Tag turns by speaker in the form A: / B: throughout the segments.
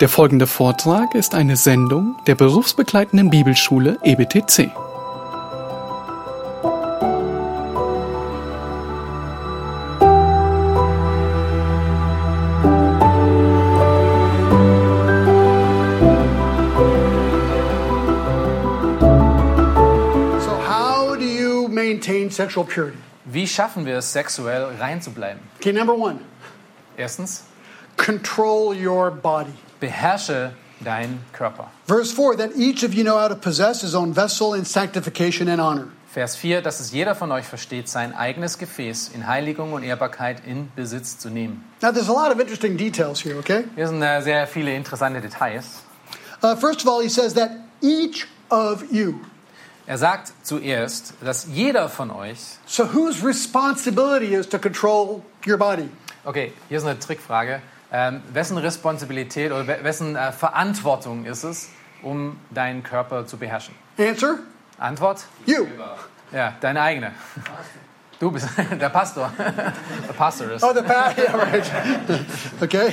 A: Der folgende Vortrag ist eine Sendung der berufsbegleitenden Bibelschule E EBTC.
B: So, how do you maintain sexual purity?
C: Wie schaffen wir es, sexuell rein zu bleiben?
B: Okay, number one,
C: Erstens,
B: control your body.
C: beherrsche deinen Körper.
B: Verse 4 that each of you know how to possess his own vessel in sanctification and honor.
C: Vers 4, dass es jeder von euch versteht, sein eigenes Gefäß in Heiligung und Ehrbarkeit in Besitz zu nehmen.
B: Now, there's a lot of interesting details here, okay?
C: Hier sind äh, sehr viele interessante Details.
B: Uh, first of all, he says that each of you.
C: Er sagt zuerst, dass jeder von euch.
B: So, whose responsibility is to control your body?
C: Okay, hier ist eine Trickfrage. Ähm, wessen Responsibilität oder we- wessen äh, Verantwortung ist es, um deinen Körper zu beherrschen?
B: Answer
C: Antwort?
B: you.
C: Ja, deine eigene. Du bist der Pastor. Der Pastor ist.
B: Oh, the past. Yeah, right. okay?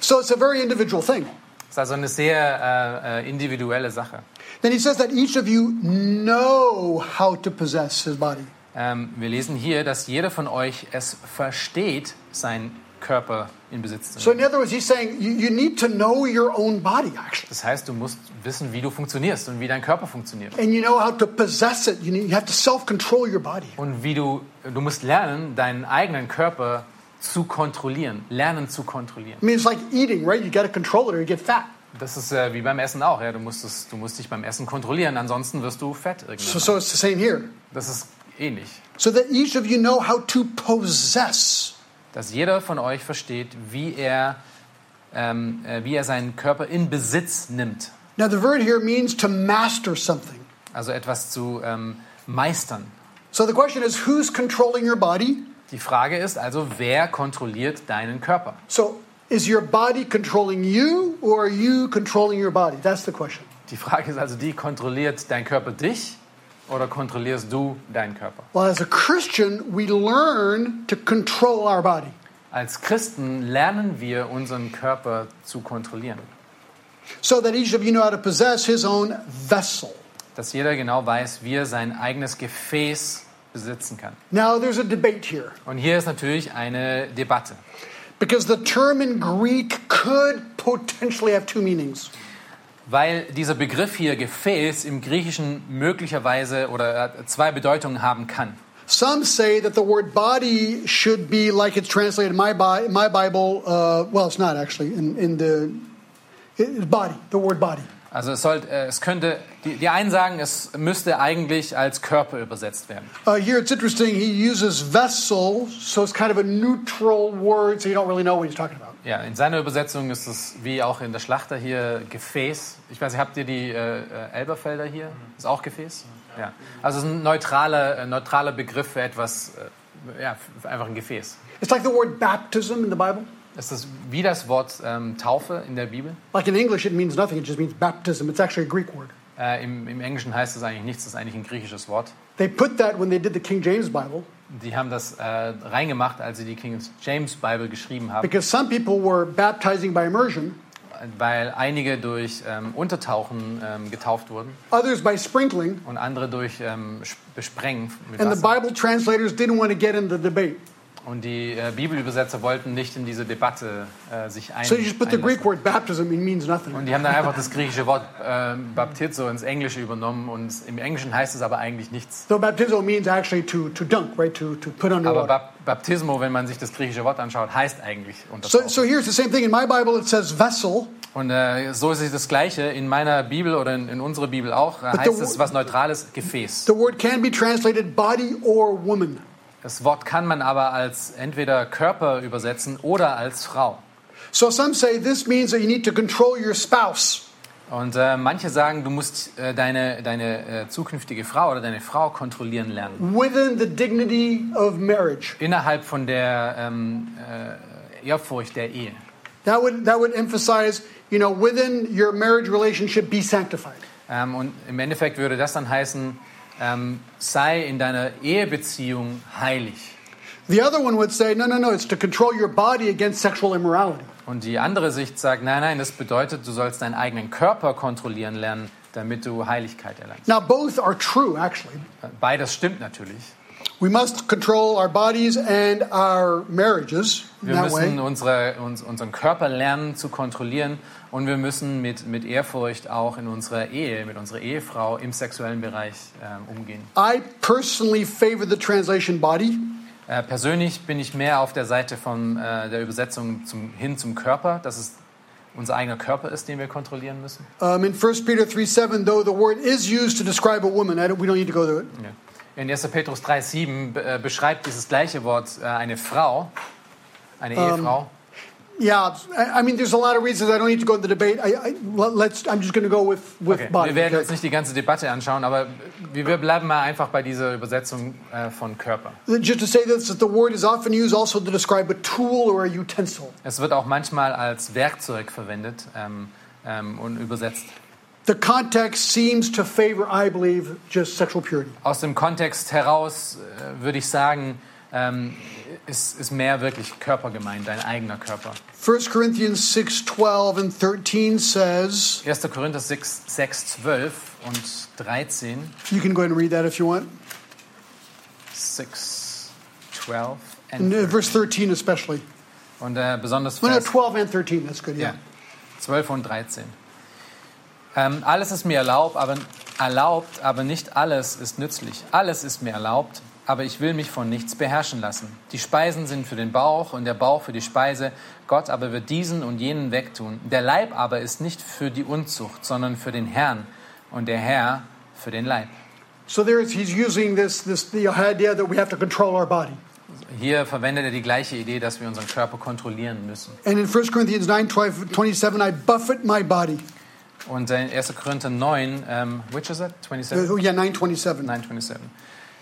B: So, it's a very individual thing.
C: Das ist also eine sehr äh, äh, individuelle Sache.
B: Then he says that each of you know how to possess his body.
C: Ähm, wir lesen hier, dass jeder von euch es versteht, seinen Körper in Besitz zu nehmen.
B: So, in other words, he's saying you, you need to know your own body, actually.
C: Das heißt, du musst wissen, wie du funktionierst und wie dein Körper funktioniert.
B: And you know how to possess it. You, need, you have to self control your body.
C: Und wie du, du musst lernen, deinen eigenen Körper zu kontrollieren, lernen zu kontrollieren.
B: I mean, it's like eating, right? You got to control it or you get fat.
C: Das ist äh, wie beim Essen auch. Ja? Du, musst es, du musst dich beim Essen kontrollieren, ansonsten wirst du fett
B: So,
C: irgendwann.
B: so it's the same here.
C: Das ist ähnlich.
B: So that each of you know how to possess.
C: dass jeder von euch versteht, wie er, ähm, äh, wie er seinen Körper in Besitz nimmt.
B: Now, the word here means to master something.
C: Also etwas zu ähm, meistern.
B: So the question is who's controlling your body?
C: Die Frage ist also, wer kontrolliert deinen Körper?
B: So is your body controlling you or are you controlling your body? That's the question.
C: Die Frage ist also, die kontrolliert dein Körper dich oder kontrollierst du deinen Körper?
B: Well, as a Christian, we learn to control our body.
C: Als Christen lernen wir, unseren Körper zu kontrollieren.
B: so that each of you know how to possess his own vessel.
C: Dass jeder genau weiß, wie er sein eigenes Gefäß besitzen kann.
B: Now, there's a debate here
C: Und hier ist natürlich eine Debatte.
B: because the term in Greek could potentially have two meanings.
C: Weil dieser Begriff hier Gefäß im Griechischen möglicherweise oder äh, zwei Bedeutungen haben kann.
B: Some say that the word body should be like it's translated in my, Bi- my Bible. Uh, well, it's not actually in, in the it, body, the word body.
C: Also es, sollte, äh, es könnte, die, die einen sagen, es müsste eigentlich als Körper übersetzt werden.
B: Uh, here it's interesting, he uses vessel, so it's kind of a neutral word, so you don't really know what he's talking about.
C: Ja, in seiner Übersetzung ist es wie auch in der Schlachter hier Gefäß. Ich weiß nicht, habt ihr die äh, äh, Elberfelder hier? Ist auch Gefäß? Ja. Also es ist ein neutraler, äh, neutraler Begriff für etwas, äh, ja, für einfach ein Gefäß.
B: It's like the word baptism in the Bible.
C: Es ist wie das Wort ähm, Taufe in der Bibel.
B: Like in English, it means nothing, it just means baptism. It's actually a Greek word.
C: Äh, im, Im Englischen heißt es eigentlich nichts, das ist eigentlich ein griechisches Wort.
B: They put that when they did the King James Bible
C: Die haben das äh, reingemacht, als sie die King James Bible geschrieben haben,
B: because some people were baptizing by immersion,
C: weil einige durch ähm, Untertauchen ähm, getauft wurden
B: others by sprinkling,
C: und andere durch ähm, Sp- Besprengen mit
B: and the
C: Wasser.
B: Bible translators didn't want to get in the debate.
C: Und die äh, Bibelübersetzer wollten nicht in diese Debatte äh, sich ein
B: So you just put the Greek
C: einlassen.
B: word baptism, it means
C: Und
B: nothing.
C: die haben dann einfach das griechische Wort äh, Baptizo ins Englische übernommen und im Englischen heißt es aber eigentlich nichts.
B: So baptizo means actually to, to dunk, right? To, to put
C: Aber
B: underwater.
C: Bap Baptismo, wenn man sich das griechische Wort anschaut, heißt eigentlich
B: So,
C: Untertauchen.
B: so here's the same thing. In my Bible, it says vessel,
C: Und äh, so ist es das Gleiche in meiner Bibel oder in, in unserer Bibel auch. Äh,
B: But
C: heißt
B: the-
C: es was Neutrales, Gefäß.
B: the word can be translated body or woman.
C: Das Wort kann man aber als entweder Körper übersetzen oder als Frau.
B: So some say this means that you need to control your spouse.
C: Und äh, manche sagen, du musst äh, deine, deine äh, zukünftige Frau oder deine Frau kontrollieren lernen.
B: Within the dignity of marriage,
C: Innerhalb von der ähm, äh, Ehrfurcht der Ehe.
B: that would that would emphasize, you know, within your marriage relationship, be sanctified.
C: Ähm, und im Endeffekt würde das dann heißen, ähm, sei in deiner Ehebeziehung heilig.
B: The other one would say, no, no, no, it's to control your body against sexual immorality.
C: Und die andere Sicht sagt, nein, nein, das bedeutet, du sollst deinen eigenen Körper kontrollieren lernen, damit du Heiligkeit erlangst.
B: Now, both are true, actually.
C: Beides stimmt natürlich.
B: We must control our bodies and our marriages in
C: Wir
B: that
C: müssen
B: way.
C: unsere, uns, unseren Körper lernen zu kontrollieren und wir müssen mit, mit Ehrfurcht auch in unserer Ehe, mit unserer Ehefrau im sexuellen Bereich ähm, umgehen.
B: I personally favor the translation body.
C: Äh, persönlich bin ich mehr auf der Seite von äh, der Übersetzung zum, hin zum Körper, dass es unser eigener Körper ist, den wir kontrollieren müssen.
B: Um, in 1 Peter 3 7, though the word is used to describe a woman, I don't, we don't need to go there.
C: Ja. In 1. Petrus 3,7 be- äh, beschreibt dieses gleiche Wort äh, eine Frau, eine Ehefrau.
B: Yeah, I, I mean, there's a lot of reasons I don't need to go into the debate. I, I, let- let's, I'm just going to go with, with
C: Okay.
B: body.
C: Wir werden
B: okay?
C: uns nicht die ganze Debatte anschauen, aber wir wir bleiben mal einfach bei dieser Übersetzung äh, von Körper.
B: Just to say this, that the word is often used also to describe a tool or a utensil.
C: Es wird auch manchmal als Werkzeug verwendet ähm, ähm, und übersetzt.
B: The context seems to favor, I believe, just sexual purity.
C: Aus dem Kontext heraus äh, würde ich sagen, ähm, ist, ist mehr wirklich Körper gemeint, dein eigener Körper.
B: 1 Corinthians 6 12 and 13 says,
C: 1. Korinther 6, 6, 12 und 13.
B: you can go ahead and read that if you want.
C: 6, 12 and
B: And, uh, verse 13 especially.
C: Und äh, besonders
B: No, no,
C: Vers
B: 12 and 13, that's good, yeah.
C: ja, 12 und 13. Ähm, alles ist mir erlaubt aber, erlaubt, aber nicht alles ist nützlich. Alles ist mir erlaubt, aber ich will mich von nichts beherrschen lassen. Die Speisen sind für den Bauch und der Bauch für die Speise. Gott aber wird diesen und jenen wegtun. Der Leib aber ist nicht für die Unzucht, sondern für den Herrn und der Herr für den Leib.
B: So there is, he's using this, this the idea that we have to control our body.
C: Hier verwendet er die gleiche Idee, dass wir unseren Körper kontrollieren müssen.
B: And in 1 Corinthians 9 12, 27, I buffet my body.
C: Und in 1. Korinther 9, ähm, which is it? 27?
B: Uh, oh, yeah, 9 27.
C: 9,27.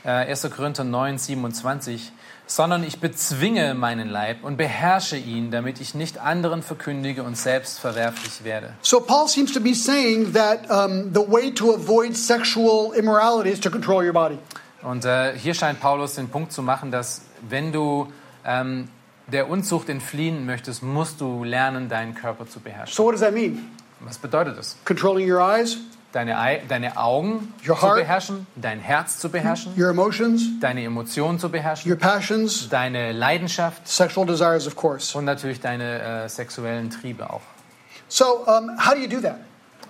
C: Äh, 1. Korinther 9, 27. Sondern ich bezwinge meinen Leib und beherrsche ihn, damit ich nicht anderen verkündige und selbst verwerflich werde.
B: So Paul seems to be saying that um, the way to avoid sexual immorality is to control your body.
C: Und äh, hier scheint Paulus den Punkt zu machen, dass wenn du ähm, der Unzucht entfliehen möchtest, musst du lernen, deinen Körper zu beherrschen.
B: So what does that mean?
C: Was bedeutet es?
B: Controlling your eyes,
C: Deine, Ei deine Augen
B: Your
C: zu
B: heart.
C: beherrschen, dein Herz zu beherrschen,
B: your emotions,
C: deine Emotionen zu beherrschen,
B: your passions,
C: deine Leidenschaft
B: sexual desires, of course.
C: und natürlich deine äh, sexuellen Triebe auch.
B: So um, how do you do that?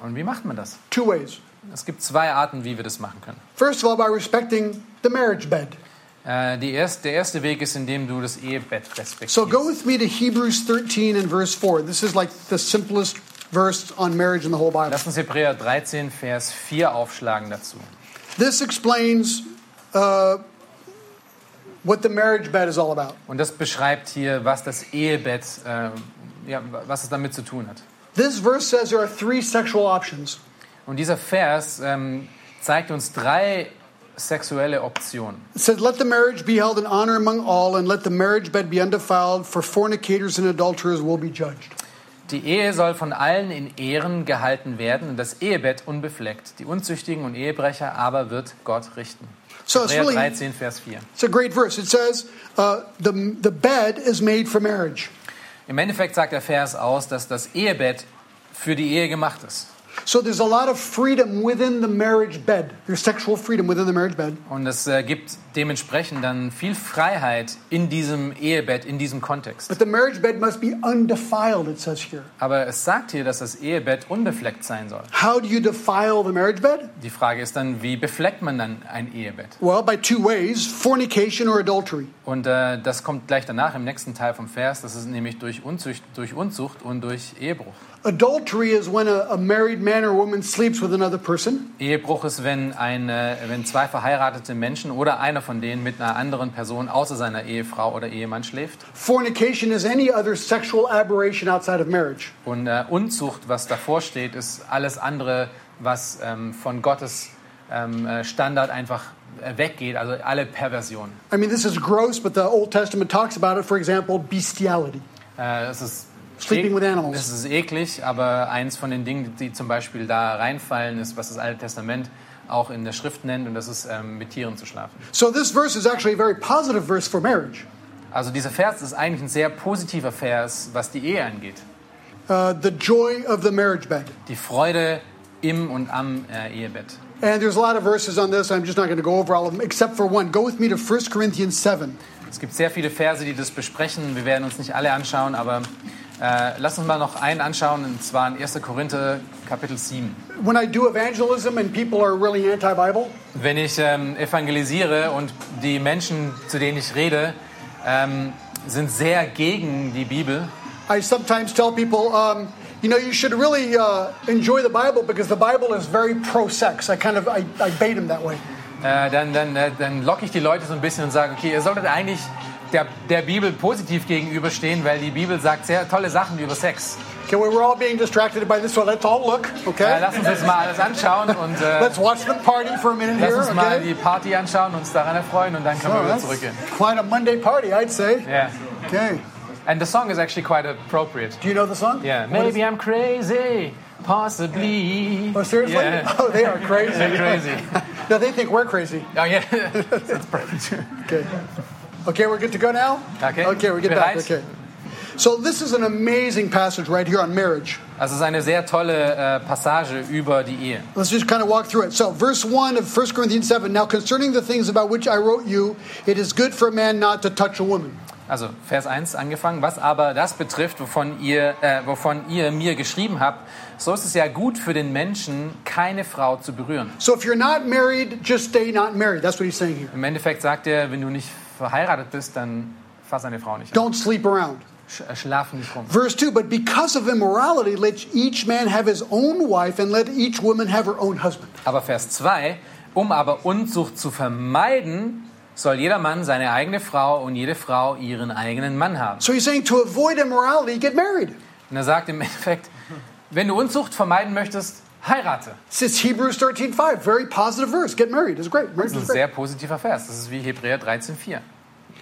C: Und wie macht man das?
B: Two ways.
C: Es gibt zwei Arten, wie wir das machen können.
B: First of all, by respecting the marriage bed.
C: Äh, die erst, der erste Weg ist, indem du das Ehebett respektierst.
B: So go with me to Hebrews 13 and verse 4. This is like the simplest verse on marriage in the whole Bible.
C: Lass uns Hebräer 13, Vers 4 aufschlagen dazu.
B: This explains uh, what the marriage bed is all about.
C: Und das beschreibt hier, was das Ehebett, äh, ja, was es damit zu tun hat.
B: This verse says there are three sexual options.
C: Und dieser Vers ähm, zeigt uns drei sexuelle Optionen.
B: It says, Let the marriage be held in honor among all, and let the marriage bed be undefiled, for fornicators and adulterers will be judged.
C: Die Ehe soll von allen in Ehren gehalten werden und das Ehebett unbefleckt. Die Unzüchtigen und Ehebrecher aber wird Gott richten.
B: So it's
C: Hebräer
B: really,
C: 13, Vers 4.
B: it's a great verse. It says, uh, the, the bed is made for marriage.
C: Im Endeffekt sagt der Vers aus, dass das Ehebett für die Ehe gemacht ist.
B: So there's a lot of freedom within the marriage bed. There's sexual freedom within the marriage bed.
C: Und es äh, gibt dementsprechend dann viel Freiheit in diesem Ehebett, in diesem Kontext.
B: But the marriage bed must be undefiled, it says here.
C: Aber es sagt hier, dass das Ehebett unbefleckt sein soll.
B: How do you defile the marriage bed?
C: Die Frage ist dann, wie befleckt man dann ein Ehebett?
B: Well, by two ways fornication or adultery.
C: Und äh, das kommt gleich danach im nächsten Teil vom Vers. Das ist nämlich durch Unzucht, durch Unzucht und durch Ehebruch.
B: Adultery is when a, a married man or woman sleeps with another person.
C: Ehebruch ist, wenn, ein, äh, wenn zwei verheiratete Menschen oder einer von denen mit einer anderen Person außer seiner Ehefrau oder Ehemann schläft.
B: Fornication is any other sexual aberration outside of marriage.
C: Und äh, Unzucht, was davor steht, ist alles andere, was ähm, von Gottes ähm, äh, Standard einfach äh, weggeht, also alle Perversionen.
B: I mean, this is gross, but the Old Testament talks about it, for example, bestiality.
C: Äh, es ist
B: Sleeping with animals.
C: Es ist eklig, aber eins von den Dingen, die zum Beispiel da reinfallen, ist, was das Alte Testament auch in der Schrift nennt, und das ist ähm, mit Tieren zu schlafen.
B: So this verse is actually a very positive verse for marriage.
C: Also dieser Vers ist eigentlich ein sehr positiver Vers, was die Ehe angeht.
B: uh, the joy of the marriage bed.
C: Die Freude im und am äh, Ehebett.
B: And there's a lot of verses on this. I'm just not going to go over all of them, except for one. Go with me to 1 Corinthians 7.
C: Es gibt sehr viele Verse, die das besprechen. Wir werden uns nicht alle anschauen, aber äh, lass uns mal noch einen anschauen, und zwar in 1. Korinther Kapitel 7.
B: When I do evangelism and people are really anti Bible,
C: Wenn ich ähm, evangelisiere und die Menschen, zu denen ich rede, ähm, sind sehr gegen die Bibel,
B: I sometimes tell people, um, you know, you should really uh, enjoy the Bible because the Bible is very pro sex. I kind of I, I bait them that way.
C: äh, dann, dann, äh, dann locke ich die Leute so ein bisschen und sage, okay, ihr solltet eigentlich der, der Bibel positiv gegenüberstehen, weil die Bibel sagt sehr tolle Sachen über Sex.
B: Okay, well, we're all being distracted by this, so let's all look,
C: Äh,
B: okay?
C: lass uns jetzt mal alles anschauen und äh,
B: Let's watch the party for a minute
C: lass
B: here,
C: uns mal
B: okay?
C: die Party anschauen, uns daran erfreuen und dann können wir
B: Oh,
C: wieder
B: that's
C: zurückgehen.
B: quite a Monday party, I'd say.
C: Yeah.
B: Okay.
C: And the song is actually quite appropriate.
B: Do you know the song?
C: Yeah,
B: What is-
C: maybe I'm crazy, possibly.
B: Oh, seriously?
C: Yeah.
B: Oh, they are crazy.
C: They're crazy.
B: no, they think we're crazy.
C: Oh yeah, that's perfect.
B: Okay. Okay, we're good to go now?
C: Okay.
B: Okay, we get back.
C: Bereit?
B: Okay. So this is an amazing passage right here on marriage.
C: Also es ist eine sehr tolle äh, Passage über die Ehe.
B: Let's just kind of walk through it. So, verse 1 of 1 Corinthians 7 Now, concerning the things about which I wrote you, it is good for a man not to touch a woman.
C: Also Vers 1 angefangen. Was aber das betrifft, wovon ihr, äh, wovon ihr mir geschrieben habt, so ist es ja gut für den Menschen, keine Frau zu berühren.
B: So, if you're not married, just stay not married. That's what he's saying here.
C: Im Endeffekt sagt er, wenn du nicht verheiratet bist, dann fass eine Frau nicht an.
B: Don't sleep around.
C: Sch äh, schlaf nicht rum.
B: Verse 2 But because of immorality, let each man have his own wife, and let each woman have her own husband.
C: Aber Vers 2, um aber Unzucht zu vermeiden, soll jeder Mann seine eigene Frau und jede Frau ihren eigenen Mann haben.
B: So, he's saying to avoid immorality, get married.
C: Und er sagt im Endeffekt, wenn du Unzucht vermeiden möchtest, heirate.
B: This is Hebrews 13 5. Very positive verse. Get married. It's great. Marriage
C: Das
B: is
C: ist ein
B: great.
C: sehr positiver Vers. Das ist wie Hebräer 13,4.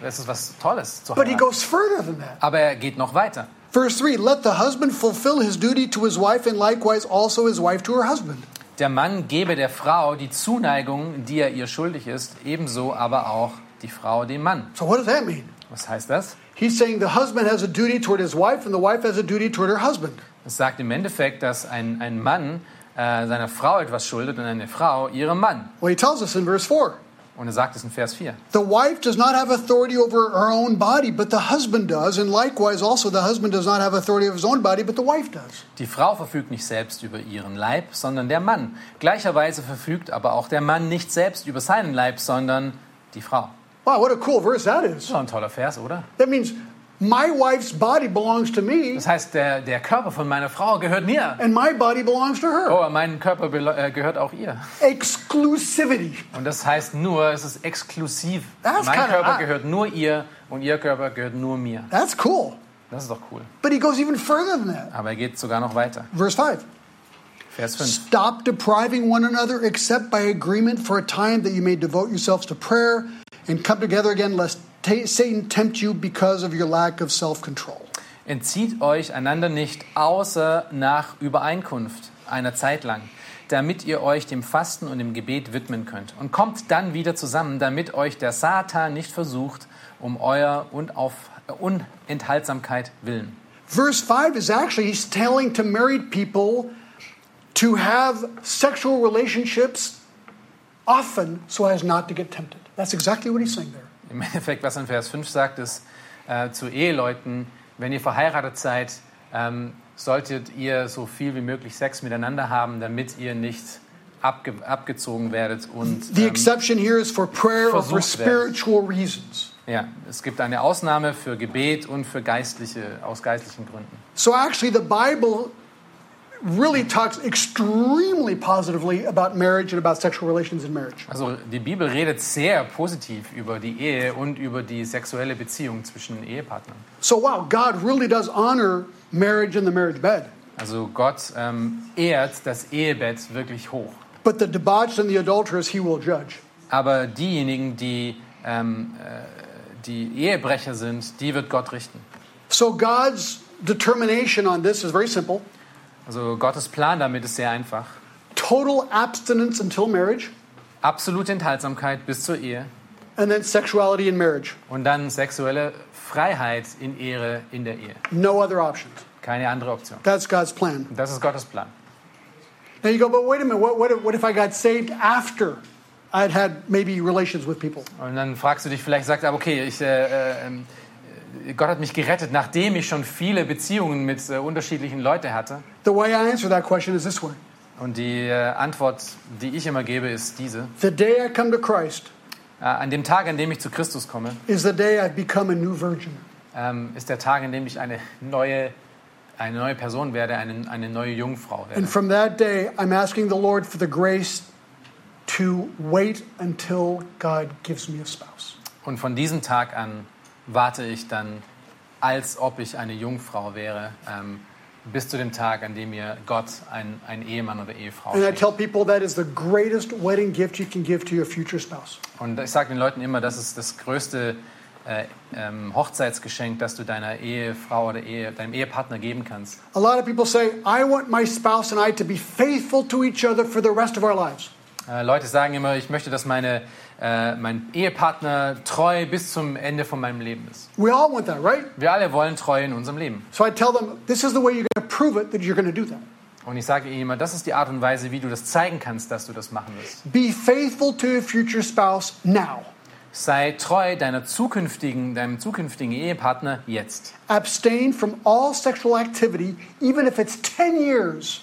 C: Das ist was Tolles zu
B: But he
C: heiraten.
B: goes further than that.
C: Aber er geht noch weiter.
B: Verse 3 Let the husband fulfill his duty to his wife, and likewise also his wife to her husband.
C: Der Mann gebe der Frau die Zuneigung, die er ihr schuldig ist, ebenso aber auch die Frau dem Mann.
B: So, what does that mean?
C: Was heißt das?
B: He's saying the husband has a duty toward his wife, and the wife has a duty toward her husband.
C: Es sagt im Endeffekt, dass ein, ein Mann äh, seiner Frau etwas schuldet und eine Frau ihrem Mann.
B: Well, he tells us in verse 4
C: Und er sagt es in Vers 4.
B: The wife does not have authority over her own body, but the husband does, and likewise also the husband does not have authority over his own body, but the wife does.
C: Die Frau verfügt nicht selbst über ihren Leib, sondern der Mann. Gleicherweise verfügt aber auch der Mann nicht selbst über seinen Leib, sondern die Frau.
B: Wow, what a cool verse that is.
C: So ein toller Vers, oder?
B: That means my wife's body belongs to me,
C: Das heißt, der, der Körper von meiner Frau gehört mir.
B: and my body belongs to her.
C: Oh, mein Körper belo- äh, gehört auch ihr.
B: Exclusivity.
C: Und das heißt nur, es ist exklusiv.
B: Das ist
C: mein
B: keine
C: Körper
B: Art.
C: gehört nur ihr und ihr Körper gehört nur mir.
B: That's cool.
C: Das ist doch cool.
B: But he goes even further than that.
C: Aber er geht sogar noch weiter.
B: Verse 5
C: Vers 5.
B: Stop depriving one another except by agreement for a time that you may devote yourselves to prayer and come together again, lest ta Satan tempt you because of your lack of self control.
C: Entzieht euch einander nicht, außer nach Übereinkunft einer Zeit lang, damit ihr euch dem Fasten und dem Gebet widmen könnt. Und kommt dann wieder zusammen, damit euch der Satan nicht versucht, um euer und auf äh, Unenthaltsamkeit willen.
B: Verse 5 is actually, he's telling to married people to have sexual relationships often so as not to get tempted. That's exactly what he's saying there.
C: Im Endeffekt, was in Vers 5 sagt, ist äh, zu Eheleuten, wenn ihr verheiratet seid, ähm, solltet ihr so viel wie möglich Sex miteinander haben, damit ihr nicht abge abgezogen werdet und ähm,
B: The exception here is for prayer or for
C: versucht werden.
B: spiritual reasons.
C: Ja, es gibt eine Ausnahme für Gebet und für geistliche, aus geistlichen Gründen.
B: So actually, the Bible really talks extremely positively about marriage and about sexual relations in marriage.
C: Also die Bibel redet sehr positiv über die Ehe und über die sexuelle Beziehung zwischen Ehepartnern.
B: So wow, God really does honor marriage and the marriage bed.
C: Also Gott ähm, ehrt das Ehebett wirklich hoch.
B: But the debauched and the adulterous, He will judge.
C: Aber diejenigen, die, ähm, äh, die Ehebrecher sind, die wird Gott richten.
B: So God's determination on this is very simple:
C: Also Gottes Plan damit ist sehr einfach.
B: total abstinence until marriage,
C: Absolute Enthaltsamkeit bis zur Ehe
B: and then sexuality in marriage.
C: Und dann sexuelle Freiheit in Ehre in der Ehe.
B: No other options.
C: Keine andere Option.
B: That's God's plan.
C: Und Das ist Gottes Plan.
B: Now you go, but wait a minute, what, what, if, what if I got saved after I'd had maybe relations with people?
C: Und dann fragst du dich vielleicht, sagst aber okay, ich, äh, äh, ähm, äh, Gott hat mich gerettet, nachdem ich schon viele Beziehungen mit äh, unterschiedlichen Leuten hatte.
B: The way I answer that question is this way
C: Und die äh, Antwort, die ich immer gebe, ist diese.
B: The day I come to Christ
C: Äh, an dem Tag, an dem ich zu Christus komme,
B: is the day I become a new virgin.
C: ähm, ist der Tag, an dem ich eine neue, eine neue Person werde, eine, eine neue Jungfrau werde.
B: And from that day, I'm asking the Lord for the grace to wait until God gives me a spouse.
C: Und von diesem Tag an warte ich dann, als ob ich eine Jungfrau wäre, ähm, bis zu dem Tag, an dem mir Gott einen einen Ehemann oder Ehefrau
B: And I
C: schenkt.
B: tell people that is the greatest wedding gift you can give to your future spouse.
C: Und ich sage den Leuten immer, das ist das größte äh, ähm, Hochzeitsgeschenk, das du deiner Ehefrau oder Ehe, deinem Ehepartner geben kannst.
B: A lot of people say, I want my spouse and I to be faithful to each other for the rest of our lives.
C: Äh, Leute sagen immer, ich möchte, dass meine, äh, mein Ehepartner treu bis zum Ende von meinem Leben ist.
B: We all want that, right?
C: Wir alle wollen treu in unserem Leben.
B: So I tell them, this is the way you're going to prove it that you're going to do that.
C: Und ich sage ihnen immer, das ist die Art und Weise, wie du das zeigen kannst, dass du das machen wirst.
B: Be faithful to your future spouse now.
C: Sei treu deiner zukünftigen, deinem zukünftigen Ehepartner jetzt.
B: Abstain from all sexual activity, even if it's 10 years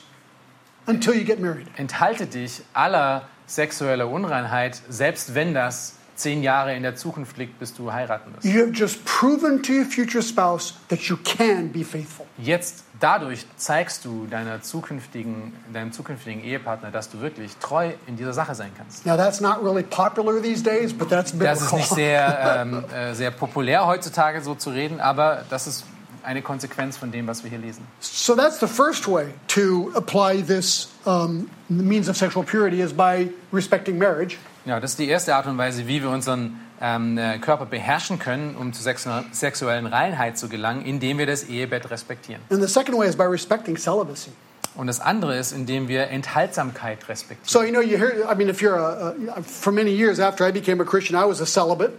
B: until you get married.
C: Enthalte dich aller sexueller Unreinheit, selbst wenn das zehn Jahre in der Zukunft liegt, bis du heiraten wirst.
B: You have just proven to your future spouse that you can be faithful.
C: Jetzt dadurch zeigst du deiner zukünftigen, deinem zukünftigen Ehepartner, dass du wirklich treu in dieser Sache sein kannst.
B: Now, that's not really popular these days, but that's
C: Das ist
B: biblical.
C: nicht sehr, ähm, äh, sehr populär heutzutage so zu reden, aber das ist eine Konsequenz von dem, was wir hier lesen.
B: so, that's the first way to apply this um, means of sexual purity is by respecting marriage.
C: Ja, das ist die erste Art und Weise, wie wir unseren ähm, äh, Körper beherrschen können, um zur sexu- sexuellen Reinheit zu gelangen, indem wir das Ehebett respektieren.
B: And the second way is by respecting celibacy.
C: Und das andere ist, indem wir Enthaltsamkeit respektieren.
B: So, you know, you hear, I mean, if you're a, a, for many years after I became a Christian, I was a celibate.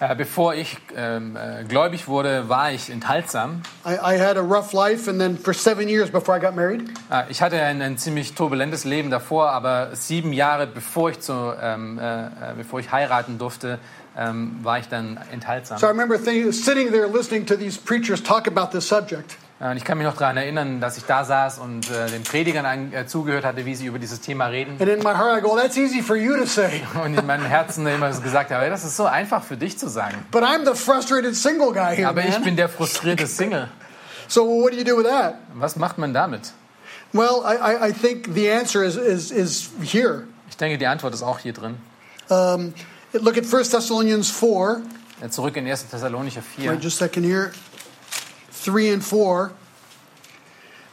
C: Äh, bevor ich ähm, äh, gläubig wurde, war ich enthaltsam.
B: I, I had a rough life, and then for seven years before I got married,
C: Äh, Ich hatte ein, ein ziemlich turbulentes Leben davor, aber sieben Jahre bevor ich, zu, ähm, äh, äh, bevor ich heiraten durfte, ähm, war ich dann enthaltsam.
B: so I remember thi- sitting there listening to these preachers talk about this subject.
C: Äh, Und ich kann mich noch daran erinnern, dass ich da saß und äh, den Predigern an, äh, zugehört hatte, wie sie über dieses Thema reden.
B: And in my heart, I go, "That's easy for you to say,
C: Und in meinem Herzen immer so gesagt habe, "Ey, das ist so einfach für dich zu sagen.
B: but I'm the frustrated single guy here,
C: Aber ich
B: man."
C: bin der frustrierte Single.
B: So what do you do with that?
C: Was macht man damit?
B: Well, I, I, I think the answer is is, is here.
C: Ich denke, die Antwort ist auch hier drin.
B: Um, look at 1 Thessalonians four,
C: Äh, Zurück in 1. Thessalonicher 4.
B: Wait just a second here. Three and four.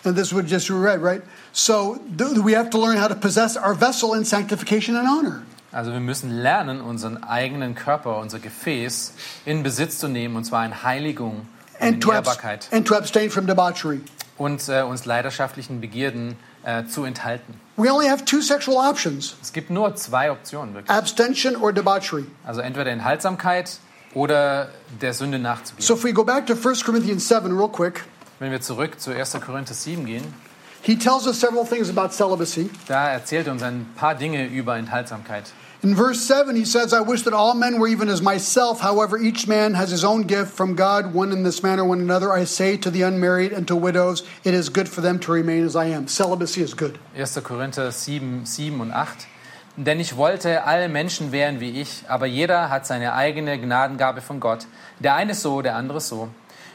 B: And this would just read, right? So th- we have to learn how to possess our vessel in sanctification and honor.
C: Also wir müssen lernen, unseren eigenen Körper, unser Gefäß in Besitz zu nehmen, und zwar in Heiligung und
B: And
C: in
B: to, abs-
C: Ehrbarkeit
B: and to abstain from debauchery.
C: und äh, uns leidenschaftlichen Begierden äh, zu enthalten.
B: We only have two sexual options
C: Es gibt nur zwei Optionen wirklich.
B: abstention or debauchery.
C: Also entweder Enthaltsamkeit oder der Sünde nachzugeben.
B: So if we go back to 1 Corinthians 7 real quick,
C: Wenn wir zurück zu 1. Korinther 7 gehen,
B: he tells us several things about celibacy.
C: Da erzählt er uns ein paar Dinge über Enthaltsamkeit.
B: In verse 7, he says, I wish that all men were even as myself. However, each man has his own gift from God, one in this manner, one another. I say to the unmarried and to widows, it is good for them to remain as I am. Celibacy is good.
C: 1. Korinther 7, 7 und 8. Denn ich wollte, alle Menschen wären wie ich, aber jeder hat seine eigene Gnadengabe von Gott. Der eine so, der andere so.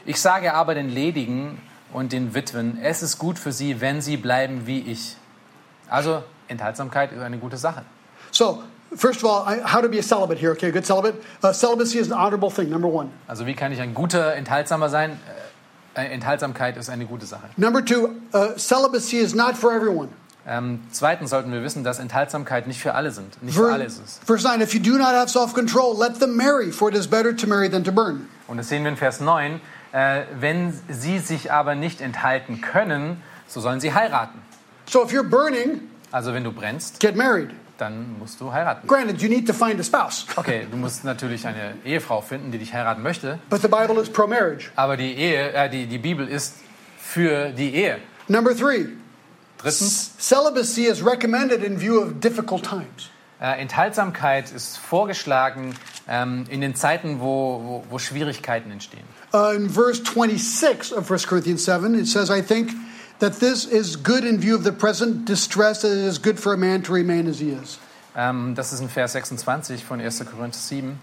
C: Ich sage aber den Ledigen und den Witwen, es ist gut für sie, wenn sie bleiben wie ich. Also Enthaltsamkeit ist eine gute Sache.
B: So, first of all, I, how to be a celibate here, okay? a Good celibate. Uh, celibacy is an honorable thing, number one.
C: Also wie kann ich ein guter Enthaltsamer sein? Äh, Enthaltsamkeit ist eine gute Sache.
B: Number two, uh, celibacy is not for everyone.
C: Ähm, zweitens sollten wir wissen, dass Enthaltsamkeit nicht für alle sind. Nicht für alle ist es.
B: Verse, verse 9, if you do not have self control, let them marry, for it is better to marry than to burn.
C: Und das sehen wir in Vers 9. Äh, wenn sie sich aber nicht enthalten können, so sollen sie heiraten.
B: So, if you're burning,
C: Also wenn du brennst,
B: get married.
C: dann musst du heiraten.
B: Granted, you need to find a spouse,
C: Okay, du musst natürlich eine Ehefrau finden, die dich heiraten möchte,
B: but the Bible is pro marriage.
C: aber die, Ehe, äh, die, die Bibel ist für die Ehe.
B: Number three,
C: Drittens,
B: celibacy is recommended in view of difficult times.
C: äh, Enthaltsamkeit ist vorgeschlagen ähm, in den Zeiten, wo, wo, wo Schwierigkeiten entstehen.
B: Uh, in verse 26 of 1 Corinthians 7, it says, I think that this is good in view of the present distress, and it is good for a man to remain as he is.
C: Ähm, das ist in Vers 26 von 1. Korinther 7.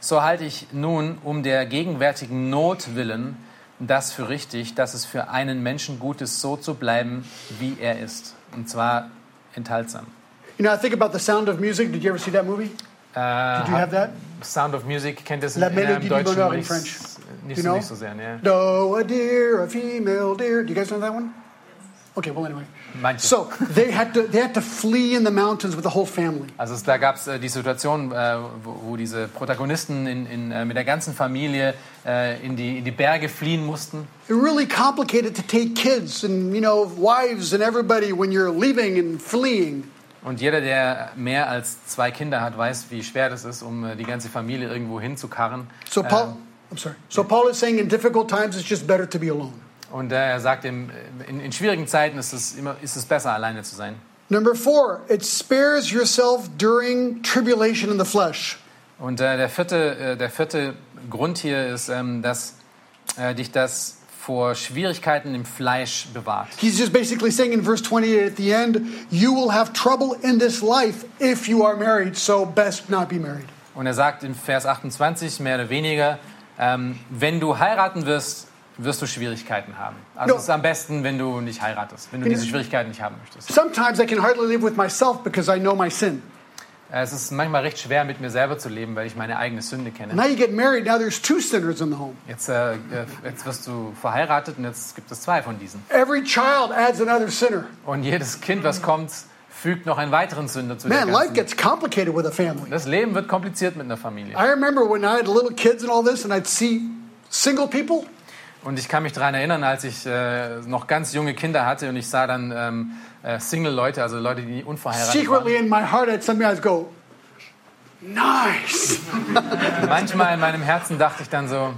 C: So halte ich nun um der gegenwärtigen Not willen das für richtig, dass es für einen Menschen gut ist, so zu bleiben, wie er ist. Und zwar enthaltsam.
B: You know, I think about The Sound of Music. Did you ever see that movie?
C: Äh,
B: Did you have that?
C: Sound of Music kennt es in,
B: La
C: in, äh, im
B: Mélodie du
C: Deutschen
B: Bonheur in
C: nicht,
B: French.
C: nicht,
B: You
C: so,
B: know?
C: nicht so sehr. Ne?
B: No, a deer, a female deer. Do you guys know that one? Okay, well, anyway.
C: Manche.
B: So they had to, they had to flee in the mountains with the whole family.
C: Also es, da gab es äh, die Situation, äh, wo, wo diese Protagonisten in, in, äh, mit der ganzen Familie äh, in, die, in die Berge fliehen mussten.
B: It really complicated to take kids and, you know, wives and everybody when you're leaving and fleeing.
C: Und jeder, der mehr als zwei Kinder hat, weiß, wie schwer das ist, um äh, die ganze Familie irgendwo hinzukarren.
B: So Paul, Um, I'm sorry. So Paul is saying in difficult times, it's just better to be alone.
C: Und äh, er sagt, im, äh, in, in schwierigen Zeiten ist es, immer, ist es besser, alleine zu sein.
B: Number four, it spares yourself during tribulation in the flesh.
C: Und äh, der, vierte, äh, der vierte Grund hier ist, ähm, dass äh, dich das vor Schwierigkeiten im Fleisch bewahrt.
B: He's just basically saying in verse 28 at the end, you will have trouble in this life if you are married, so best not be married.
C: Und er sagt in Vers 28 mehr oder weniger, ähm, wenn du heiraten wirst, wirst du Schwierigkeiten haben. Also
B: No.
C: es ist am besten, wenn du nicht heiratest, wenn du diese Schwierigkeiten nicht haben möchtest.
B: Sometimes I can hardly live with myself because I know my sin.
C: Äh, Es ist manchmal recht schwer, mit mir selber zu leben, weil ich meine eigene Sünde kenne.
B: Now you get married, now there's two sinners in the home.
C: Jetzt, äh, äh, jetzt wirst du verheiratet und jetzt gibt es zwei von diesen.
B: Every child adds another sinner.
C: Und jedes Kind, was kommt, fügt noch einen weiteren Sünder zu der
B: Man, life
C: ganzen.
B: gets complicated with a family.
C: Das Leben wird kompliziert mit einer Familie.
B: I remember when I had little kids and all this, and I'd see single people,
C: Und ich kann mich daran erinnern, als ich äh, noch ganz junge Kinder hatte und ich sah dann ähm, äh, Single-Leute, also Leute, die unverheiratet waren.
B: secretly in my heart, I'd sometimes go, nice.
C: Manchmal in meinem Herzen dachte ich dann so,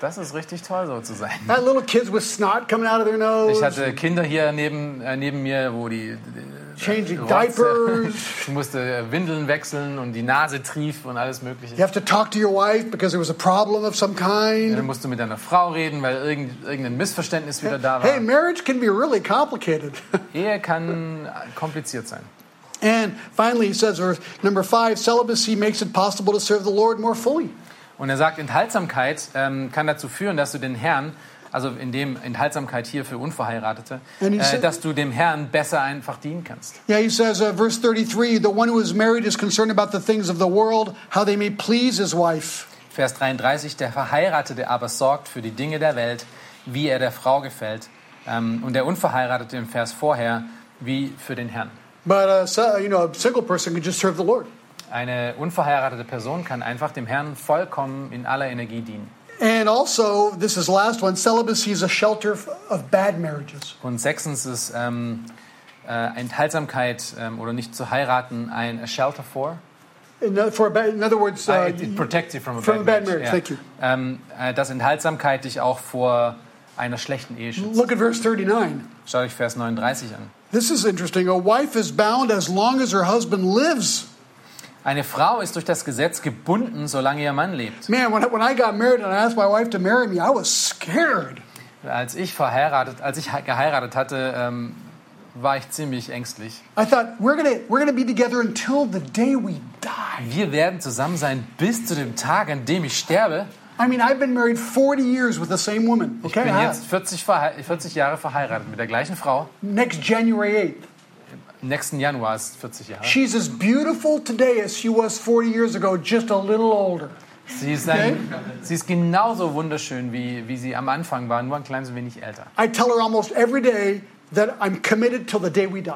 C: das ist richtig toll, so zu sein.
B: That little kids with snot coming out of their
C: Ich
B: nose,
C: hatte Kinder hier neben, äh, neben mir, wo die,
B: changing
C: Rotze.
B: diapers.
C: ich musste äh, Windeln wechseln und die Nase trief und alles mögliche.
B: You have to talk to your wife because there was a problem of some kind.
C: Dann musst du mit deiner Frau reden, weil irgend, irgendein Missverständnis wieder da war.
B: Hey, marriage can be really complicated.
C: Ehe kann äh, kompliziert sein.
B: and finally, he says, verse number five, celibacy makes it possible to serve the Lord more fully.
C: Und er sagt, Enthaltsamkeit ähm, kann dazu führen, dass du den Herrn, also in dem Enthaltsamkeit hier für Unverheiratete,
B: And he
C: äh,
B: said-
C: dass du dem Herrn besser einfach dienen kannst.
B: Yeah, he says, uh, verse 33, the one who is married is concerned about the things of the world, how they may please his wife.
C: Vers 33, der Verheiratete aber sorgt für die Dinge der Welt, wie er der Frau gefällt. Ähm, und der Unverheiratete im Vers vorher, wie für den Herrn.
B: But, uh, so, you know, a single person can just serve the Lord.
C: Eine unverheiratete Person kann einfach dem Herrn vollkommen in aller Energie dienen.
B: And also, this is last one, celibacy is a shelter f- of bad marriages.
C: Und sechstens ist ähm, äh, Enthaltsamkeit ähm, oder nicht zu heiraten ein shelter for.
B: In, o- for a bad, in other words,
C: Ah,
B: uh,
C: it, it protects you from a
B: from a
C: bad,
B: bad marriage, thank you.
C: Ja. Ähm, äh, dass Enthaltsamkeit dich auch vor einer schlechten Ehe schützt.
B: look at verse 39.
C: Schaut euch Vers 39 an.
B: This is interesting. A wife is bound as long as her husband lives.
C: Eine Frau ist durch das Gesetz gebunden, solange ihr Mann lebt.
B: Man, when I, when I got married and I asked my wife to marry me, I was scared.
C: Als ich verheiratet, als ich he- geheiratet hatte, ähm, war ich ziemlich ängstlich.
B: I thought we're gonna we're gonna be together until the day we die.
C: Wir werden zusammen sein bis zu dem Tag, an dem ich sterbe.
B: I mean, I've been married 40 years with the same woman.
C: Ich
B: Okay,
C: bin
B: I-
C: jetzt 40, verhe- 40 Jahre verheiratet mit der gleichen Frau.
B: next January 8th,
C: Im nächsten Januar ist 40 Jahre.
B: she's as beautiful today as she was 40 years ago, just a little older.
C: Sie ist, ein, sie ist genauso wunderschön, wie, wie sie am Anfang war, nur ein kleines wenig älter.
B: I tell her almost every day that I'm committed till the day we die.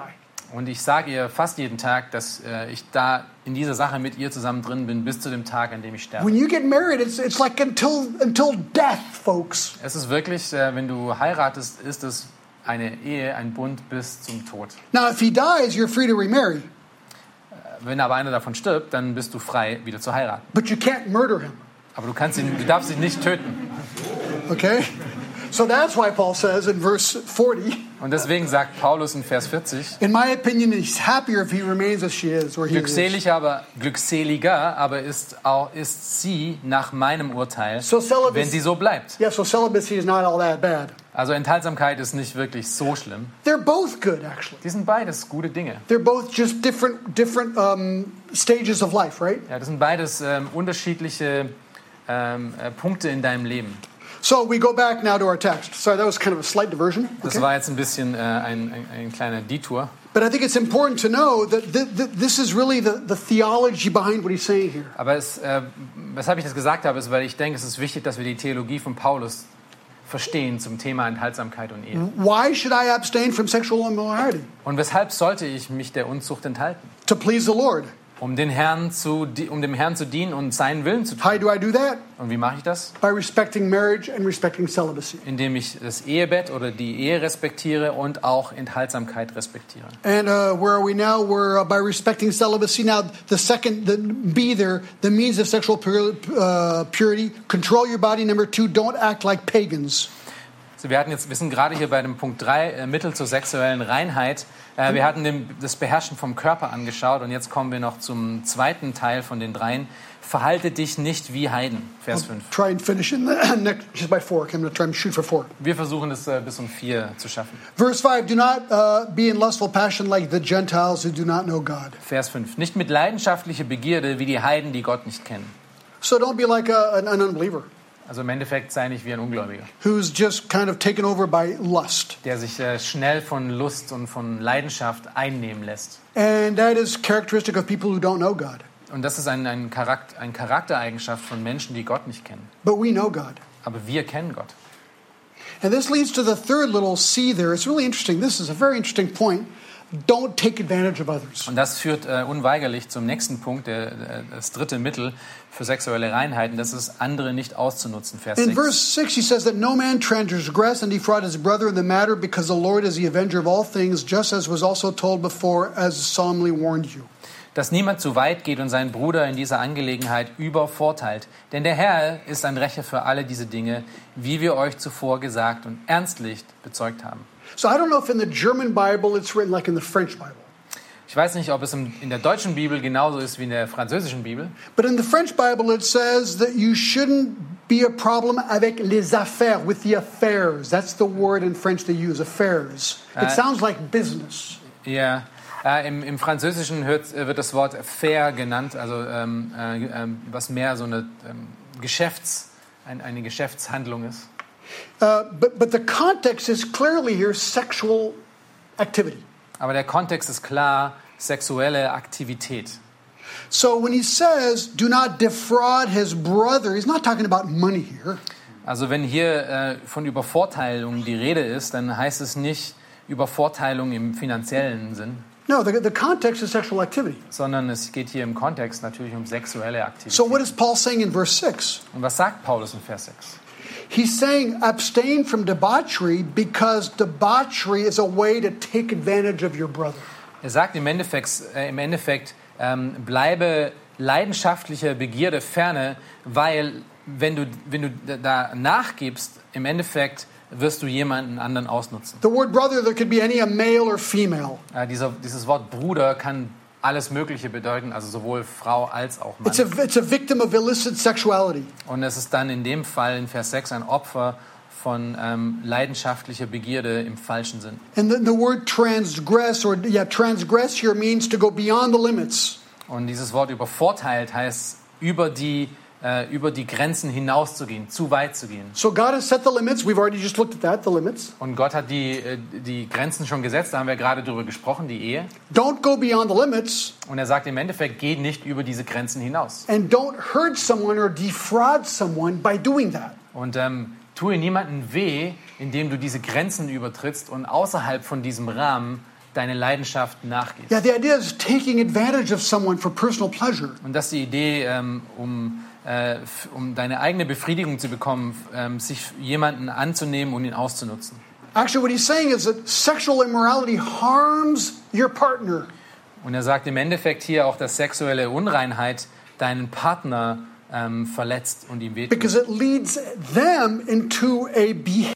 C: Und ich sage ihr fast jeden Tag, dass äh, ich da in dieser Sache mit ihr zusammen drin bin, bis zu dem Tag, an dem ich sterbe.
B: When you get married, it's it's like until until death, folks.
C: Es ist wirklich, äh, wenn du heiratest, ist es eine Ehe, ein Bund bis zum Tod.
B: Now, if he dies, you're free to remarry.
C: Wenn aber einer davon stirbt, dann bist du frei, wieder zu heiraten.
B: But you can't murder him,
C: Aber du, kannst ihn, du darfst ihn nicht töten.
B: okay? So that's why Paul says in verse 40,
C: Und deswegen sagt Paulus in Vers 40,
B: in my opinion, he's happier if he remains as she is, or he is.
C: glückselig aber, glückseliger aber ist, auch, ist sie nach meinem Urteil,
B: So celibacy-
C: wenn sie so bleibt.
B: Yeah, so celibacy is not all that bad.
C: Also Enthaltsamkeit ist nicht wirklich so schlimm.
B: They're both good, actually.
C: Die sind beides gute Dinge.
B: They're both just different, different um, stages of life, right?
C: Ja, das sind beides ähm, unterschiedliche ähm, äh, Punkte in deinem Leben.
B: So we go back now to our text. Sorry, that was kind of a slight diversion.
C: Das war jetzt ein bisschen äh, ein, ein, ein kleiner Detour.
B: But I think it's important to know that th- th- this is really the, the theology behind what he's saying here.
C: Aber es, äh, weshalb ich das gesagt habe, ist, weil ich denke, es ist wichtig, dass wir die Theologie von Paulus verstehen zum Thema Enthaltsamkeit und Ehe.
B: Why should I abstain from sexual immorality?
C: Und weshalb sollte ich mich der Unzucht enthalten?
B: To please the Lord.
C: Um, den Herrn zu, di- um dem Herrn zu dienen und seinen Willen zu tun.
B: How do I do that?
C: Und wie mache ich das?
B: By respecting marriage and respecting celibacy.
C: Indem ich das Ehebett oder die Ehe respektiere und auch Enthaltsamkeit respektiere.
B: And uh, where are we now? We're uh, by respecting celibacy. Now, the second, the B there, the means of sexual pur- uh, purity, control your body. Number two, don't act like pagans.
C: So, wir, hatten jetzt, wir sind gerade hier bei dem Punkt 3, äh, Mittel zur sexuellen Reinheit. Äh, wir hatten den, das Beherrschen vom Körper angeschaut und jetzt kommen wir noch zum zweiten Teil von den dreien. Verhalte dich nicht wie Heiden, Vers 5.
B: Try and finish in the next, just by four. Okay, I'm going to try and shoot for four.
C: Wir versuchen es äh, bis um 4 zu schaffen.
B: Verse 5 Do not uh, be in lustful passion like the Gentiles who do not know God.
C: Vers 5. Nicht mit leidenschaftlicher Begierde wie die Heiden, die Gott nicht kennen.
B: So don't be like a, an, an unbeliever
C: Also im Endeffekt sei nicht wie ein Ungläubiger,
B: who's just kind of taken over by lust.
C: der sich äh, schnell von Lust und von Leidenschaft einnehmen lässt.
B: And that is characteristic of people who don't know God.
C: Und das ist ein, ein, Charakter, ein Charaktereigenschaft von Menschen, die Gott nicht kennen.
B: But we know God.
C: Aber wir kennen Gott.
B: And this leads to the third little C there. It's really interesting. This is a very interesting point. Don't take advantage of others.
C: Und das führt äh, unweigerlich zum nächsten Punkt, der, äh, das dritte Mittel für sexuelle Reinheiten, das ist, andere nicht auszunutzen. Vers
B: In
C: 6.
B: verse 6, he says that no man transgress and defraud his brother in the matter because the Lord is the avenger of all things, just as was also told before, as solemnly warned you.
C: Dass niemand zu weit geht und seinen Bruder in dieser Angelegenheit übervorteilt. Denn der Herr ist ein Rächer für alle diese Dinge, wie wir euch zuvor gesagt und ernstlich bezeugt haben.
B: So I don't know if in the German Bible it's written like in the French Bible.
C: Ich weiß nicht, ob es im, in der deutschen Bibel genauso ist wie in der französischen Bibel.
B: But in the French Bible it says that you shouldn't be a problem avec les affaires, with the affairs. That's the word in French they use, affairs. It sounds like business.
C: Ja, äh, im, im Französischen hört, äh, wird das Wort fair genannt, also ähm, äh, ähm, was mehr so eine ähm, Geschäfts, ein, eine Geschäftshandlung ist.
B: Uh, but, but the context is clearly here sexual activity.
C: Aber der Kontext ist klar, sexuelle Aktivität.
B: So when he says, do not defraud his brother, he's not talking about money here.
C: Also wenn hier äh, von Übervorteilung die Rede ist, dann heißt es nicht Übervorteilung im finanziellen Sinn,
B: No, the, the context is sexual activity.
C: sondern es geht hier im Kontext natürlich um sexuelle Aktivität.
B: So what is Paul saying in verse 6?
C: Und was sagt Paulus in Vers 6?
B: He's saying abstain from debauchery because debauchery is a way to take advantage of your brother.
C: Er sagt im Endeffekt, äh, im Endeffekt ähm, bleibe leidenschaftlicher Begierde ferne, weil wenn du, wenn du da- da nachgibst, im Endeffekt wirst du jemanden anderen ausnutzen.
B: The word brother, there could be any a male or female.
C: Äh, dieser, dieses Wort Bruder kann alles Mögliche bedeuten, also sowohl Frau als auch Mann.
B: It's a, it's a victim of illicit sexuality.
C: Und es ist dann in dem Fall in Vers 6 ein Opfer von ähm, leidenschaftlicher Begierde im falschen Sinn.
B: And the, the word transgress, or yeah, transgress here means to go beyond the limits.
C: Und dieses Wort übervorteilt heißt, über die, äh, über die Grenzen hinauszugehen, zu weit zu gehen.
B: So God has set the limits. We've already just looked at that, the limits.
C: Und Gott hat die, äh, die Grenzen schon gesetzt, da haben wir gerade drüber gesprochen, die Ehe.
B: Don't go beyond the limits
C: Und er sagt im Endeffekt, geh nicht über diese Grenzen hinaus.
B: and don't hurt someone or defraud someone by doing that.
C: Und ähm, tue niemandem weh, indem du diese Grenzen übertrittst und außerhalb von diesem Rahmen deine Leidenschaft nachgehst.
B: Yeah, the idea is taking advantage of someone for personal pleasure.
C: Und dass die Idee, ähm, um, äh, f- um deine eigene Befriedigung zu bekommen, f- ähm, sich jemanden anzunehmen und ihn auszunutzen.
B: Actually, what he's saying is that sexual immorality harms your partner.
C: Und er sagt im Endeffekt hier auch, dass sexuelle Unreinheit deinen Partner ähm, verletzt und ihm wehtut.
B: because it leads them into a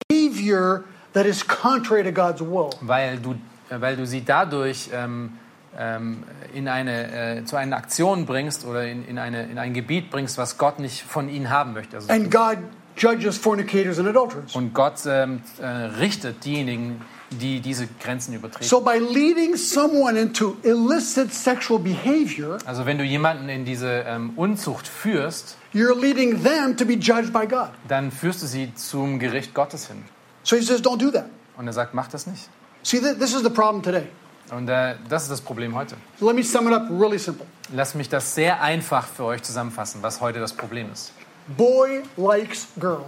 B: behavior that is contrary to God's will.
C: weil du, äh, weil du sie dadurch ähm, ähm, in eine, äh, zu einer Aktion bringst oder in, in, eine, in ein Gebiet bringst, was Gott nicht von ihnen haben möchte. Also,
B: And God judges fornicators and adulterers.
C: und Gott ähm, äh, richtet diejenigen, die diese Grenzen übertreten.
B: So by leading someone into illicit sexual behavior,
C: Also wenn du jemanden in diese ähm, Unzucht führst,
B: you're leading them to be judged by God.
C: dann führst du sie zum Gericht Gottes hin.
B: So he says, don't do that.
C: Und er sagt, mach das nicht.
B: See, th- this is the problem today.
C: Und äh, das ist das Problem heute.
B: Let me sum it up really simple.
C: Lass mich das sehr einfach für euch zusammenfassen, was heute das Problem ist.
B: Boy likes girl.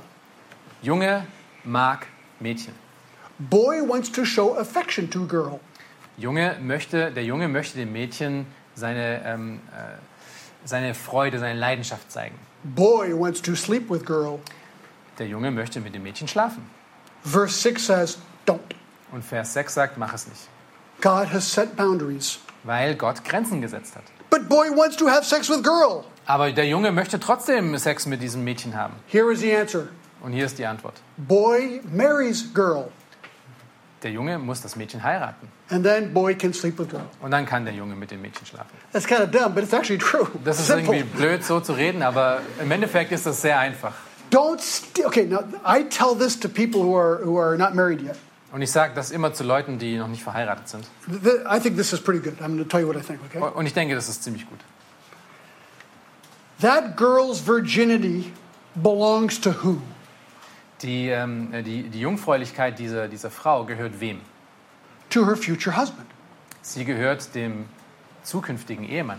C: Junge mag Mädchen.
B: Boy wants to show affection to girl.
C: Junge möchte, der Junge möchte dem Mädchen seine, ähm, äh, seine Freude, seine Leidenschaft zeigen.
B: Boy wants to sleep with girl.
C: Der Junge möchte mit dem Mädchen schlafen.
B: Verse 6 says, don't.
C: Und Vers 6 sagt, mach es nicht,
B: God has set boundaries.
C: weil Gott Grenzen gesetzt hat.
B: But boy wants to have sex with girl.
C: Aber der Junge möchte trotzdem Sex mit diesem Mädchen haben.
B: Here is the answer
C: Und hier ist die Antwort.
B: boy marries girl,
C: Der Junge muss das Mädchen heiraten.
B: and then boy can sleep with girl.
C: Und dann kann der Junge mit dem Mädchen schlafen.
B: That's kind of dumb, but it's actually true.
C: Das ist irgendwie
B: Simple.
C: blöd, so zu reden, aber im Endeffekt ist das sehr einfach.
B: Don't. St- okay, now I tell this to people who are who are not married yet.
C: Und ich sage das immer zu Leuten, die noch nicht verheiratet sind.
B: Th- th- I think this is pretty good. I'm going to tell you what I think. Okay.
C: Und ich denke, das ist ziemlich gut.
B: That girl's virginity belongs to who?
C: Die, ähm, die, die Jungfräulichkeit dieser, dieser Frau gehört wem?
B: To her future husband.
C: Sie gehört dem zukünftigen Ehemann.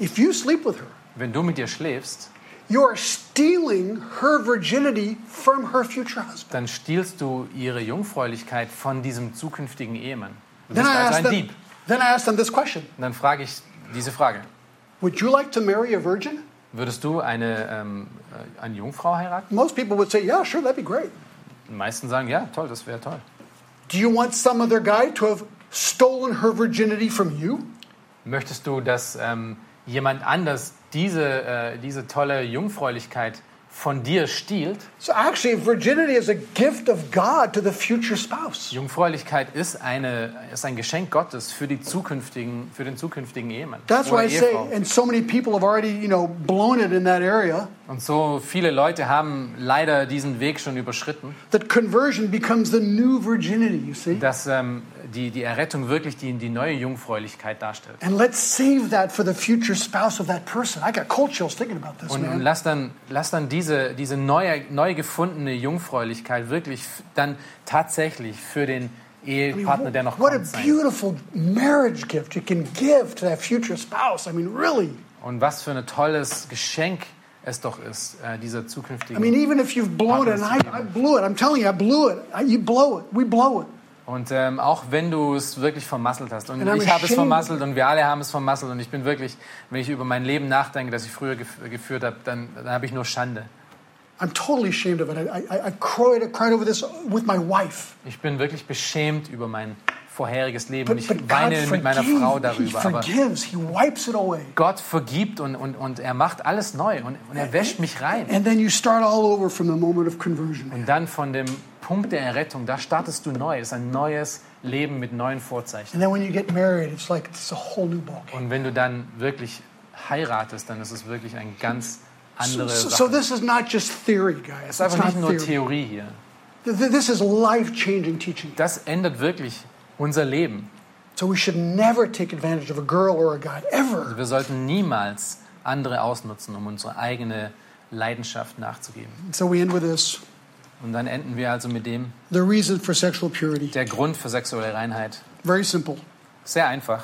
B: If you sleep with her,
C: Wenn du mit ihr schläfst,
B: you're stealing her virginity from her future husband.
C: dann stiehlst du ihre Jungfräulichkeit von diesem zukünftigen Ehemann. Du
B: Then
C: bist
B: I
C: also
B: ask
C: ein
B: them.
C: Dieb.
B: Then I ask them this question:
C: Und dann frage ich diese Frage.
B: Would you like to marry a virgin?
C: Würdest du eine, ähm, äh, eine Jungfrau heiraten?
B: Most people would say, yeah, sure, that'd be great.
C: Die meisten sagen, ja, toll, das wäre toll.
B: Do you want some other guy to have stolen her virginity from you?
C: Möchtest du, dass ähm, jemand anders diese, äh, diese tolle Jungfräulichkeit von dir stiehlt?
B: So actually, virginity is a gift of God to the future spouse.
C: Jungfräulichkeit ist, eine, ist ein Geschenk Gottes für, die zukünftigen, für den zukünftigen Ehemann.
B: That's why
C: oder
B: I say,
C: Ehefrau.
B: and so many people have already, you know, blown it in that area,
C: Und so viele Leute haben leider diesen Weg schon überschritten,
B: that conversion becomes the new virginity, you see?
C: dass ähm, die, die Errettung wirklich die, die neue Jungfräulichkeit darstellt.
B: And let's save that for the future spouse of that person. I got cold chills thinking about this,
C: Und, und
B: man.
C: lass dann, lass dann diese, diese neue, neu gefundene Jungfräulichkeit wirklich f- dann tatsächlich für den Ehepartner, der noch
B: What a
C: kommt, sein.
B: beautiful marriage gift you can give to that future spouse. I mean, really.
C: Und was für ein tolles Geschenk es doch ist, äh, dieser zukünftige.
B: I mean, even if you've blown it, and I, I blew it, I'm telling you, I blew it. I, you blow it. We blow it.
C: Und ähm, auch wenn du es wirklich vermasselt hast, und
B: And I'm
C: ich habe es
B: ashamed.
C: vermasselt und wir alle haben es vermasselt, und ich bin wirklich, wenn ich über mein Leben nachdenke, das ich früher gef geführt habe, dann, dann habe ich nur Schande.
B: I'm totally ashamed of it. I, I, I cried, I cried over this with my wife.
C: Ich bin wirklich beschämt über mein vorheriges Leben und
B: But,
C: ich
B: but God
C: weine mit meiner Frau
B: forgave. He
C: darüber. Aber
B: forgives. He wipes it away.
C: Gott vergibt und, und, und er macht alles neu und, und er wäscht mich rein.
B: And then you start all over from the moment of conversion.
C: Und dann von dem Punkt der Errettung, da startest du neu, ist ein neues Leben mit neuen Vorzeichen.
B: And then when you get married, it's like it's a whole new ballgame.
C: Und wenn du dann wirklich heiratest, dann ist es wirklich ein ganz
B: So,
C: andere
B: so,
C: Sache.
B: so this is not just theory, guys. It's
C: Es ist einfach
B: not
C: nicht nur
B: theory.
C: Theorie hier.
B: Th- th- This is life-changing teaching.
C: Das ändert wirklich unser Leben.
B: So we should never take advantage of a girl or a guy ever.
C: Wir sollten niemals andere ausnutzen, um unsere eigene Leidenschaft nachzugeben.
B: And so we end with this:
C: Und dann enden wir also mit dem,
B: the reason for sexual purity.
C: der Grund für sexuelle Reinheit.
B: Very simple.
C: Sehr einfach.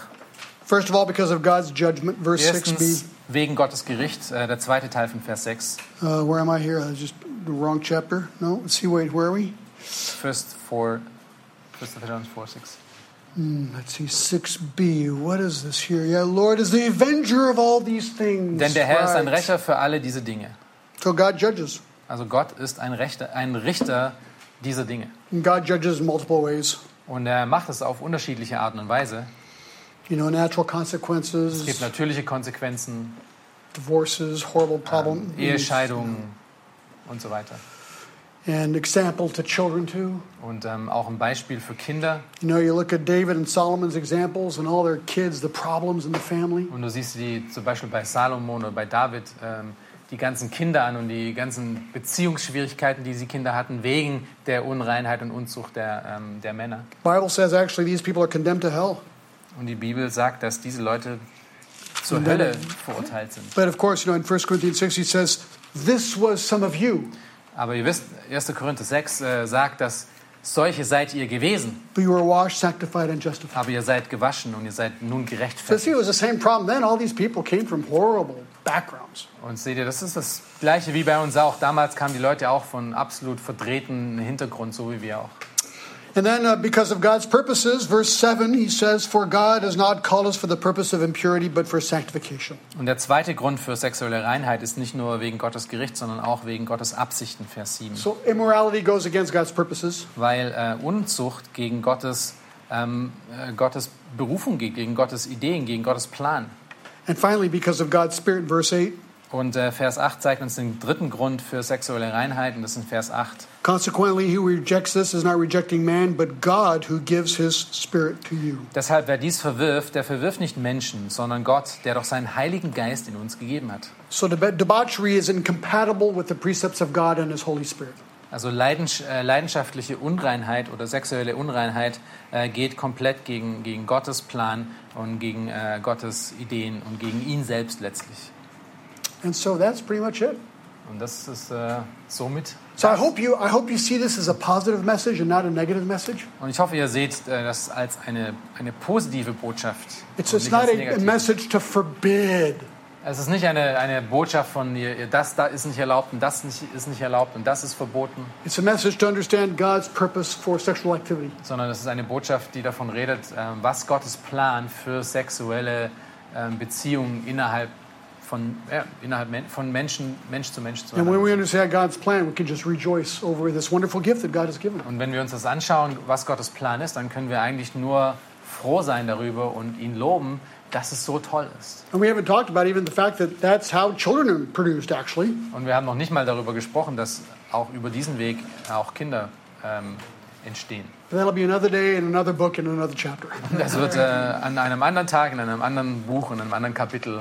B: First of all, because of God's judgment, verse
C: Erstens
B: 6b.
C: wegen Gottes Gericht, äh, der zweite Teil von Vers 6.
B: Uh, where am I here? I just the wrong chapter. No, let's see. Wait, where are we?
C: First four, First Thessalonians 4, 6.
B: Hmm, Let's see. 6b. What is this here? Yeah, Lord is the avenger of all these things.
C: Denn der Herr ist ein
B: Right.
C: Rächer für alle diese Dinge.
B: So God judges.
C: Also Gott ist ein, Rechter, ein Richter dieser Dinge.
B: And God judges in multiple ways.
C: Und er macht es auf unterschiedliche Arten und Weise.
B: You know, natural
C: Es gibt
B: consequences,
C: natürliche Konsequenzen,
B: divorces,
C: Um,
B: horrible problem.
C: Ehescheidungen Ähm, und so weiter.
B: And example to children too.
C: Und ähm, auch ein Beispiel für Kinder.
B: You know, you look at David and Solomon's examples and all their kids, the problems in the family.
C: Und du siehst die zum Beispiel bei Salomon oder bei David ähm, die ganzen Kinder an und die ganzen Beziehungsschwierigkeiten, die sie Kinder hatten, wegen der Unreinheit und Unzucht der, ähm, der Männer.
B: Bible says actually these people are condemned to hell.
C: Und die Bibel sagt, dass diese Leute zur Hölle verurteilt sind.
B: But of course, you know, in 1 Corinthians 6, he says, This was some of you,
C: Aber ihr wisst, 1. Korinther 6 äh, sagt, dass solche seid ihr gewesen,
B: but you were washed, sanctified, and justified.
C: aber ihr seid gewaschen und ihr seid nun
B: So see,
C: gerechtfertigt.
B: it was the same problem then. All these people came from horrible backgrounds.
C: Und seht ihr, das ist das Gleiche wie bei uns auch. Damals kamen die Leute auch von absolut verdrehten Hintergrund, so wie wir auch.
B: And then, uh, because of God's purposes, verse 7, he says, For God has not called us for the purpose of impurity, but for sanctification.
C: Und der zweite Grund für sexuelle Reinheit ist nicht nur wegen Gottes Gericht, sondern auch wegen Gottes Absichten, Vers 7.
B: So immorality goes against God's purposes.
C: Weil äh, Unzucht gegen Gottes, ähm, äh, Gottes Berufung geht, gegen Gottes Ideen, gegen Gottes Plan.
B: And finally, because of God's Spirit, verse 8,
C: Und äh, Vers 8 zeigt uns den dritten Grund für sexuelle Reinheit, und das ist in Vers 8.
B: consequently, he who rejects this is not rejecting man, but God who gives his Spirit to you.
C: Deshalb, wer dies verwirft, der verwirft nicht Menschen, sondern Gott, der doch seinen Heiligen Geist in uns gegeben hat.
B: So deba- debauchery is incompatible with the precepts of God and his Holy Spirit.
C: Also Leidensch äh, leidenschaftliche Unreinheit oder sexuelle Unreinheit äh, geht komplett gegen, gegen Gottes Plan und gegen äh, Gottes Ideen und gegen ihn selbst letztlich.
B: And so that's pretty much it.
C: Und das ist äh, somit.
B: So I hope you I hope you see this as a positive message and not a negative message.
C: Und ich hoffe, ihr seht äh, das als eine, eine positive Botschaft.
B: It's,
C: und
B: it's
C: nicht
B: not
C: als
B: a, a
C: negativ.
B: message to forbid.
C: Es ist nicht eine, eine Botschaft von ihr, ihr, das da ist nicht erlaubt und das nicht, ist nicht erlaubt und das ist verboten,
B: It's a message to understand God's purpose for sexual activity.
C: sondern es ist eine Botschaft, die davon redet, ähm, was Gottes Plan für sexuelle ähm, Beziehungen innerhalb von, ja, innerhalb men von Menschen, Mensch zu Mensch zu
B: And when we
C: erlangen.
B: understand God's plan, we can just rejoice over this wonderful gift that God has given us.
C: Und wenn wir uns das anschauen, was Gottes Plan ist, dann können wir eigentlich nur froh sein darüber und ihn loben, dass es so toll ist.
B: And we haven't talked about even the fact that that's how children are produced, actually.
C: Und wir haben noch nicht mal darüber gesprochen, dass auch über diesen Weg auch Kinder ähm, entstehen.
B: But that'll be another day and another book and another chapter.
C: Das wird äh, an einem anderen Tag, in einem anderen Buch, in einem anderen Kapitel